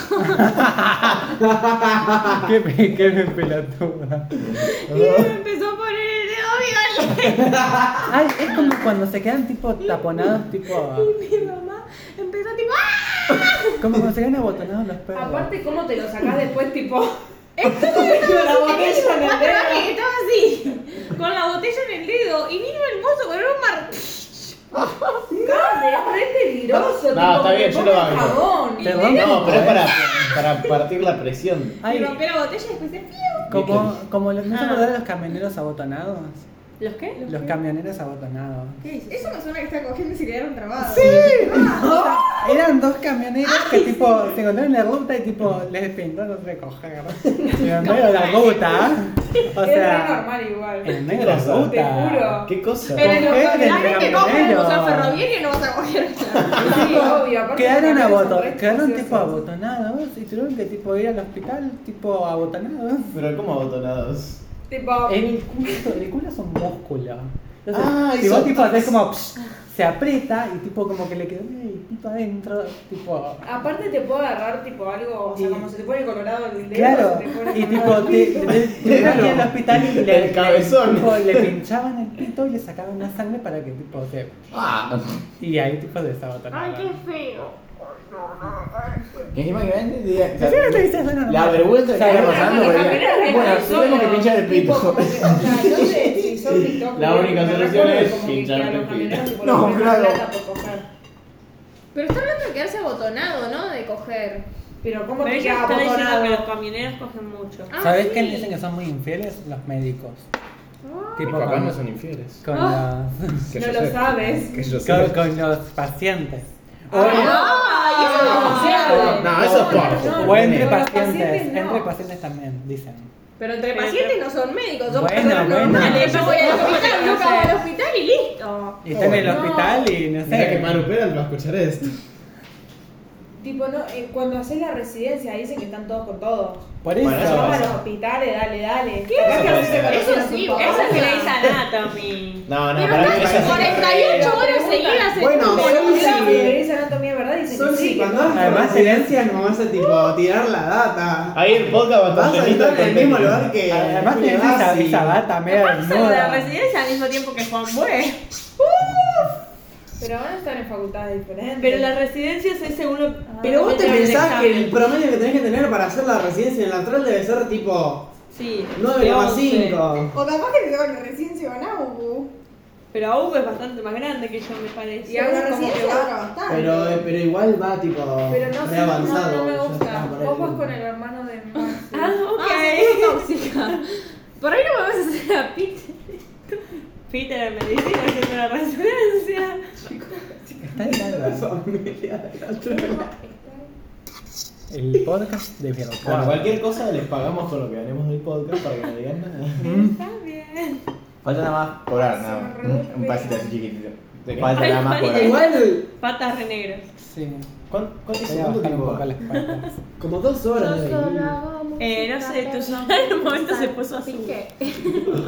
qué, pe- qué pelotuda. Oh.
Y me empezó a poner el dedo violeta.
Ay, es como cuando se quedan tipo taponados, tipo.
Y mi mamá empezó tipo ¡Ah!
Como cuando se quedan abotonados los perros.
Aparte, ¿cómo te lo sacás después, tipo?
Esto me
La botella en el
cuatro años que
dedo.
estaba así, con la botella en el dedo, y vino el mozo con un martillo.
No, es re peligroso.
No,
tipo,
está bien,
que
yo lo
ponga
banco.
jabón.
Te
No, pero es para, para partir la presión.
Y
eh, Ay,
rompió la botella y después se ¡piu!
como,
Nickel.
como los, ¿no se
Ah.
acuerdan de los camioneros abotonados?
¿Los qué?
Los camioneros abotonados.
Eso me suena que está cogiendo y se quedaron trabados.
Eran dos camioneros que tipo se encontraron en la ruta y tipo les pintó no sé coger. Pero en medio de la ruta. O
Es re
sea,
normal igual.
en medio de la
Te
ruta.
juro.
¿Qué cosa?
Pero
Con
los
gente
camioneros- la
de
gente compra en el
camionero.
Museo Ferroviario y no vas a coger.
Sí, obvio. aparte
Quedaron,
los
aboto-
camiones son re
quedaron tipo
espaciosos.
abotonados y tuvieron que tipo ir al hospital tipo abotonados.
Pero ¿cómo abotonados?
Tipo,
El culo, el culo es un músculo. Entonces,
Ah,
si
eso-
vos tipo haces como psh, se aprieta y tipo como que le quedó un dedito adentro, tipo.
Aparte te puedo agarrar tipo algo, o sea,
Y-
como se te pone colorado el dedo.
Claro,
se te pone
y tipo,
colorado.
te, te, te iban al hospital y le,
El cabezón.
tipo, le pinchaban el pito y le sacaban la sangre para que tipo se.
Ah,
Y ahí tipo se desabotonaba.
feo.
Que encima que ven, diga- o sea,
Sí, te dices, bueno, no,
La
no.
vergüenza que
Claro.
está pasando,
Los
porque-
camioneros vienen
Bueno,
solos,
tenemos que pinchar el
tipo, como
pito.
que, o sea, yo sé, si sos TikTok,
La única
me
solución
recuerdo
es
como que
pinchar
a los
el
camioneros,
pito.
tipo,
No,
los que
claro.
dan plata por coger.
Pero está hablando de quedarse abotonado, ¿no? De coger.
Pero cómo
Pero
te
ellos
queda
están diciendo que los
abotonado.
camioneros cogen mucho.
Ah,
¿Sabés
sí.
qué dicen que son muy infieles? Los médicos.
mis
Tipo
papás
con,
no son infieles.
con los.
Que
No
yo
lo
sé.
sabes.
Que yo
con,
sé.
con los pacientes. O,
¡Ay, eso es
Ah,
demasiado!
No, eso es porno.
no,
o entre
no. Con los
pacientes.
pacientes no.
Entre pacientes también, dicen.
Pero entre pacientes no son médicos, son
Bueno,
personas
bueno.
normales. Yo voy al hospital,
No
yo
sé.
cago al hospital y listo.
Y están en el
No.
hospital y no
Mira que
sé.
Manu Peral va a escuchar esto.
Tipo, no, eh, cuando haces la residencia dicen que están todos con todos.
Por
Bueno,
eso.
eso
Vamos a
pasa.
los hospitales, dale, dale.
Eso puede ser.
Eso sí,
Eso es que le dice
dicen.
Anatomy.
No, no,
Pero
para mí
estás
esa-
48 horas seguidas en
Bueno,
tu
Sol
columna.
sí.
Grey's Anatomy es verdad, dicen
Sol,
que
si
sí. que
cuando hagas
Además,
residencias nos vas a tipo tirar la data.
Ahí el podcast va
Ah,
Vas a estar en el mismo lugar que.
Eh, Además
que
tenés esa,
Gassi.
esa data medio
Aparte, sobre la
hermosa.
residencia al mismo tiempo que Juan Bue.
Pero van a estar en facultades diferentes.
Pero las residencias Ah, es según lo.
Pero vos te
el
pensás que el
examen.
promedio que tenés que tener para hacer la residencia en la natural debe ser tipo
Sí, de 11.
9,5.
O capaz que te toca la residencia con Augu.
Pero Augo es bastante más grande que yo, me parece.
Y Augu
la
como que
residencia
va-
ahora bastante.
Pero, eh, pero igual va tipo
Pero no
re
sé, no,
avanzado.
no me
ya
gusta.
está, por ahí.
Vos vas con el hermano de Maxi.
Ah, ok.
Ah, sí, sos tóxica. Por ahí no me vas a hacer a Peter.
Peter en medicina haciendo una residencia.
El podcast de Vero
Bueno, cualquier cosa les pagamos con lo que ganemos del podcast para que no digan nada.
Está bien.
Falta nada más cobrar, nada más. Un- Un pasito así chiquitito.
¿De qué?
Falta nada más cobrar.
Igual,
Patas re negros.
Sí.
¿Cuán- cuán-
Voy
ese ¿Cuánto
a bajar un
tiempo?
poco
va?
las patas.
como dos horas. de ahí.
Eh, no sé, tu sombra en un momento se puso azul.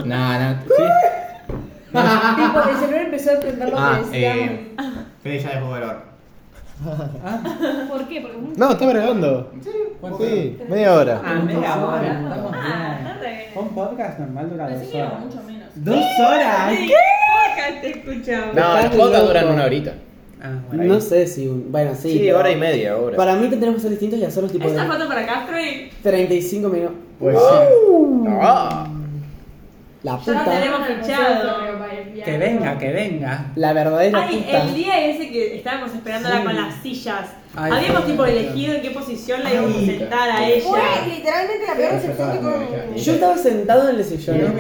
Nah, nah.
Tipo, el celular empezó a entender lo
Ah,
que decíamos.
eh.
Fede ya dejó valor.
¿Por qué? Porque es
No, está grabando. Sí, media hora.
Ah, media hora.
Ah, está
Estamos
re bien.
bien. Un podcast normal dura
Pensé
dos
que era
horas.
mucho menos.
¿Dos horas?
Sí, podcast te escuchamos.
No, los podcasts duran una horita.
Ah, bueno.
No sé si. un- Bueno, sí.
Sí,
pero
hora y media, hora.
Para mí que tenemos que ser distintos y hacerlos tipo
Esta
de
foto para Castro y
35 minutos. Uh,
Pues
Ah.
La
ya lo
puta.
tenemos fichado.
Que venga, que venga.
La verdadera
Ay,
puta.
el día ese que estábamos esperándola con las sillas.
Ay,
Habíamos
sí,
tipo
sí.
elegido en qué posición la íbamos a
Ay,
sentar a ella.
Fue literalmente la peor recepción que tuve.
Yo estaba sentado en el sillón.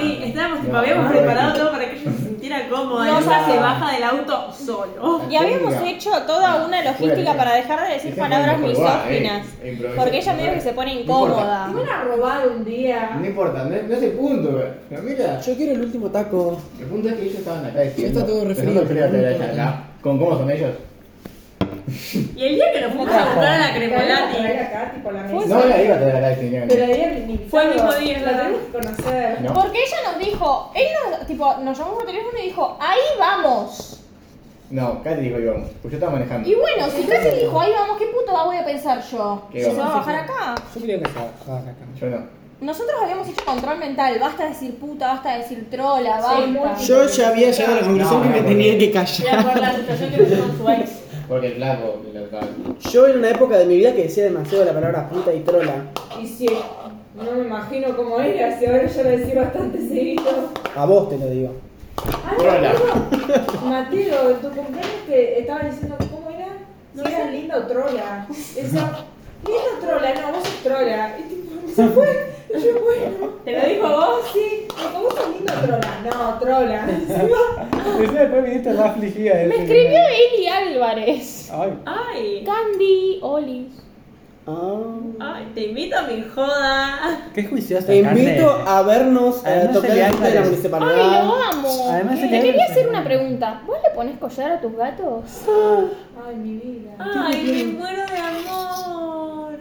Sí, estábamos tipo,
No,
habíamos
no,
preparado
no.
todo para que ella se sintiera cómoda y ella se baja del auto solo.
Y habíamos hecho toda una logística
Bueno,
para dejar de decir
ese
palabras
fue el mejor lugar,
misóginas.
eh, improviso.
Porque ella medio que se pone
No importa.
incómoda.
Me van a robar un día.
No importa, no, no es el punto, güey. No, mira,
Yo quiero el último taco.
el punto es que ellos estaban acá diciendo.
está todo
pero
referido,
No creo que
no
haya
importa.
acá. ¿Con cómo son ellos?
Y el día que nos fuimos a buscar a la
Que habíamos que traer
cremolati,
acá, tipo, la
Fue
mesa.
No la iba a traer acá
Pero
definitivamente.
había limitado.
Fue el mismo día,
La
¿verdad?
tenemos que conocer.
No.
Porque ella nos dijo, él nos, tipo, nos llamó por teléfono y dijo, ahí vamos.
No, Katy dijo íbamos. Pues yo estaba manejando.
Y bueno, si casi dijo, ahí vamos, ¿qué puto va voy a pensar yo?
¿Qué
Si se
vamos?
va a bajar acá.
Yo creo que se va a jugar acá.
Yo no.
Nosotros habíamos hecho control mental, basta de decir puta, basta de decir trola, basta.
muy-
Yo ya había llegado a la conclusión
No,
que
no,
me
porque-
tenía que
era por
callar.
la situación que nos con su ex.
Porque el flaco, el local.
Yo en una época de mi vida que decía demasiado la palabra puta y trola.
Y si no me imagino cómo era, si ahora yo lo decía bastante seguido.
A vos te lo digo.
Ah,
Hola.
no, Mateo, en tu cumpleaños que estaba diciendo cómo era, no era linda o trola. Esa, linda o trola, no, vos sos trola. Y tipo, se fue. Y yo, bueno.
¿Te lo dijo
vos? Sí. Me dijo, vos sos linda o trola. No, trola.
Decía, después viniste la afligida. del
Me
primer.
escribió Eli Álvarez.
Ay,
Ay,
Candy, Olis.
Ah.
ay, te invito a mi joda.
qué juiciosa.
Te
Carmen.
invito a vernos eh,
Además,
tocar
se le
el de la
hace-
Ay,
municipalidad.
lo amo.
Además,
Te
se le
quería
hace-
hacer una pregunta. ¿Vos le pones collar a tus gatos?
Ay, mi vida.
Ay, me muero de amor.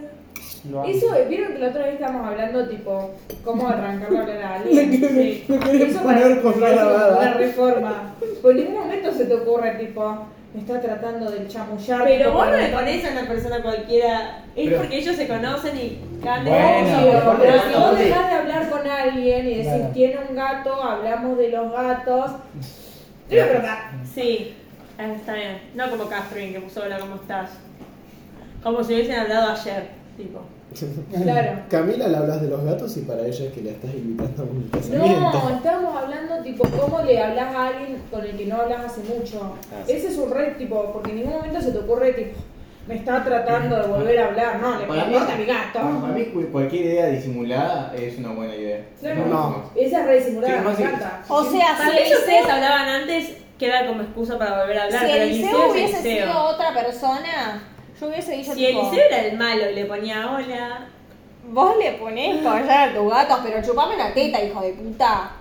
Lo amo.
Eso, eh, vieron que la otra vez estábamos hablando, tipo, cómo arrancar la hablar a
Me
alguien.
quiere-
Sí.
me quiere
Eso
poner
parece-
con
parece como
grabada.
Una reforma. Por ningún momento se te ocurre, tipo, me está tratando de chamullar.
Pero
tipo,
vos no
para-
le pones a una persona cualquiera. Es porque ellos se conocen y cambian.
Bueno,
Obvio, pero si vos
aparte-
dejás de hablar con alguien y decís,
Claro.
tiene un gato, hablamos de los gatos. Pero, pero,
Sí, ah, está bien. No como Catherine que puso hola, ¿cómo estás? Como si hubiesen hablado ayer, tipo.
claro.
Camila le hablas de los gatos y para ella es que la estás invitando a un
No, estábamos hablando tipo cómo le hablas a alguien con el que no hablas hace mucho.
Ah,
Ese es un red tipo, porque en ningún momento se te ocurre tipo, me está tratando de volver a hablar. No, le
Para mí-
importa a mi gato.
Bueno, Para mí cu- cualquier idea disimulada es una buena idea.
No, no,
No.
Esa es re disimulada,
Sí,
me
más
encanta.
O sea,
Tal
si
vez ustedes
Ah, Eliseo,
hablaban antes, queda como excusa para volver a hablar.
si
pero
Eliseo
es
hubiese
Eliseo.
sido otra persona, yo hubiese dicho
Si
tipo,
Eliseo era el malo y le ponía hola.
vos le ponés collar a tus gatos, pero chupame la teta, hijo de puta.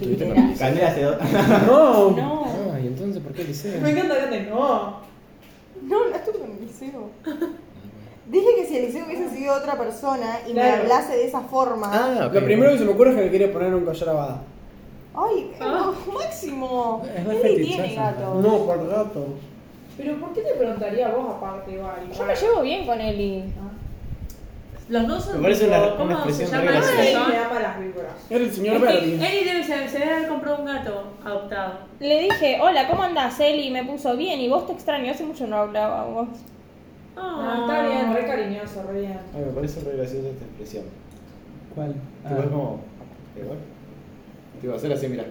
Literal.
Candela hace dos.
No.
No.
Ah, Ay, entonces, ¿por qué le
Me encanta que no.
No hablaste con Eliseo. Dije que si Eliseo hubiese sido otra persona y me
Claro.
hablase de esa forma.
Ah, ok.
Lo primero que se me ocurre es que le quiere poner un collar a Bada.
¡Ay, Máximo!
Es re
Eli tiene
fetichazo,
gato.
No, por gato.
Pero ¿por qué te preguntaría a vos aparte, Vali?
Yo me llevo bien con Eli.
Los dos son.
Me parece una-
tipo,
una
¿Cómo se
expresión
llama?
re
Ay,
Son-
me ama las víboras.
Era el señor
Es que
Verdi.
Eli debe ser, se debe haber comprado un gato adoptado.
Le dije, hola, ¿cómo andás, Eli? Y me puso bien. Y vos te extraño, hace mucho no hablábamos.
Ah, está bien, re cariñoso, re bien.
Ay, me parece re graciosa esta expresión.
¿Cuál?
Ah.
Te vas como. Te vas. Te vas a hacer así, mira.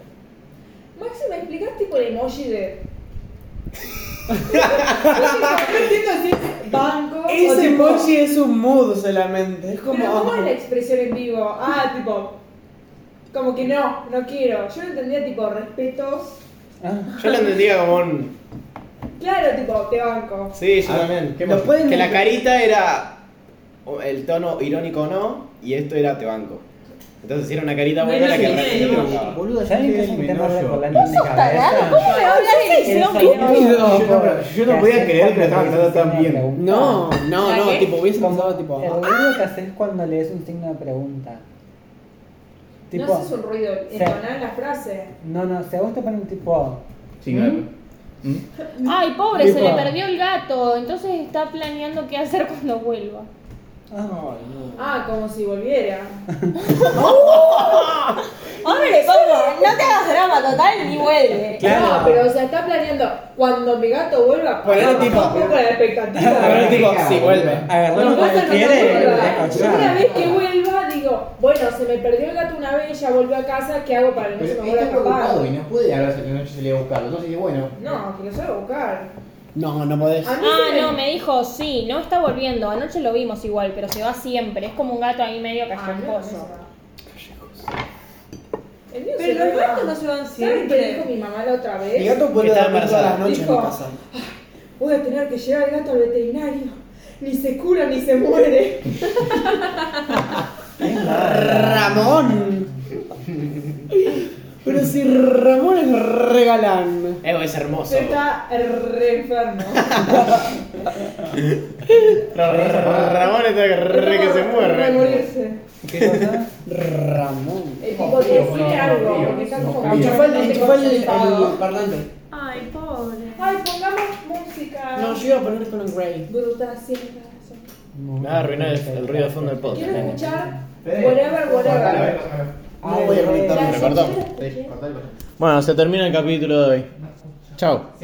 Maxi, ¿me explicás tipo el emoji de...? no entiendo si es banco o
Ese
tipo-
emoji es un mood solamente. Es como.
Pero ¿cómo es la expresión en vivo? Ah, tipo... Como que no, no quiero. Yo lo entendía tipo respetos.
Yo lo entendía como un.
Claro, tipo, te banco.
Sí, yo
Ah,
también. ¿Qué
¿lo
más?
pueden-
Que la carita era o- el tono irónico o no, y esto era te banco. Entonces, si era una carita buena,
Menos
la que
el
realmente
medio.
me gustaba.
Boludo, ya
¿Saben
tiene
qué
el
es un tema
menudo.
revolante en mi
tarado?
cabeza?
¿Cómo me hablas de
El
Eliseo?
sonido
Yo no- yo no
que
podía
haces
creer que
cuando lees un
lo estaban tratando tan
signo de
bien.
pregunta.
No, no, no,
¿La qué?
tipo, hubiese
Como-
pasado tipo.
El
ah,
ruido que haces cuando lees un signo de pregunta. Tipo,
No haces un ruido,
Sí.
entonás la frase.
no, no, si a vos te ponen tipo.
Sí, claro.
Ay, pobre,
Tipo-
se le perdió el gato. Entonces está planeando qué hacer cuando vuelva.
Ah, como si volviera.
Ahora le pongo, no te hagas drama total ni vuelve.
Claro.
No, pero o sea, está planeando cuando mi gato vuelva.
Ponele
baja
tipo-
un poco la
A ver,
expectativa.
tipo, si vuelve.
Agarrarlo
Los gatos
cuando
no
quiere.
vuelven.
y
Yo Una
collar.
vez que vuelva, digo, bueno, se me perdió el gato una vez, ya volvió a casa, ¿qué hago para que no se
Pero
me vuelva a
está
escapar?
y no puede haberse que no se le iba a buscar. Entonces dice, bueno.
No, que lo sabe buscar. A
No, no podés.
mí
Ah,
se
no, me dijo, sí, no está volviendo. Anoche lo vimos igual, pero se va siempre. Es como un gato ahí medio
Ah, no, no se
callejoso.
va. El mío se
Pero los
va.
gatos no se van
¿Saben qué
siempre.
dijo mi mamá la otra
Mi
vez?
gato puede
Está
dormir todas las
embarazada.
noches en mi
Dijo.
casa.
Voy a tener que llevar el gato al veterinario. Ni se cura ni se muere.
Ramón. Pero si Ramón es regalán.
Ego Eh, es hermoso.
Se está re enfermo.
Ramón está que re que se
Re
muere.
morirse.
¿Qué cosa? Ramón.
El tipo te decía algo, porque está como
Enchufale,
completamente
enchufale el,
concentrado.
el parlante.
Ay, pobre.
Ay, pongamos música.
No, yo iba a poner con un Grey.
Bruta siempre.
Me va a arruinar el, el ruido de fondo del podcast.
Quiero
nene.
escuchar Whatever, Whatever.
Ah, voy a gritar.
Recordó.
¿Qué?
Bueno, se termina el capítulo de hoy. Chao.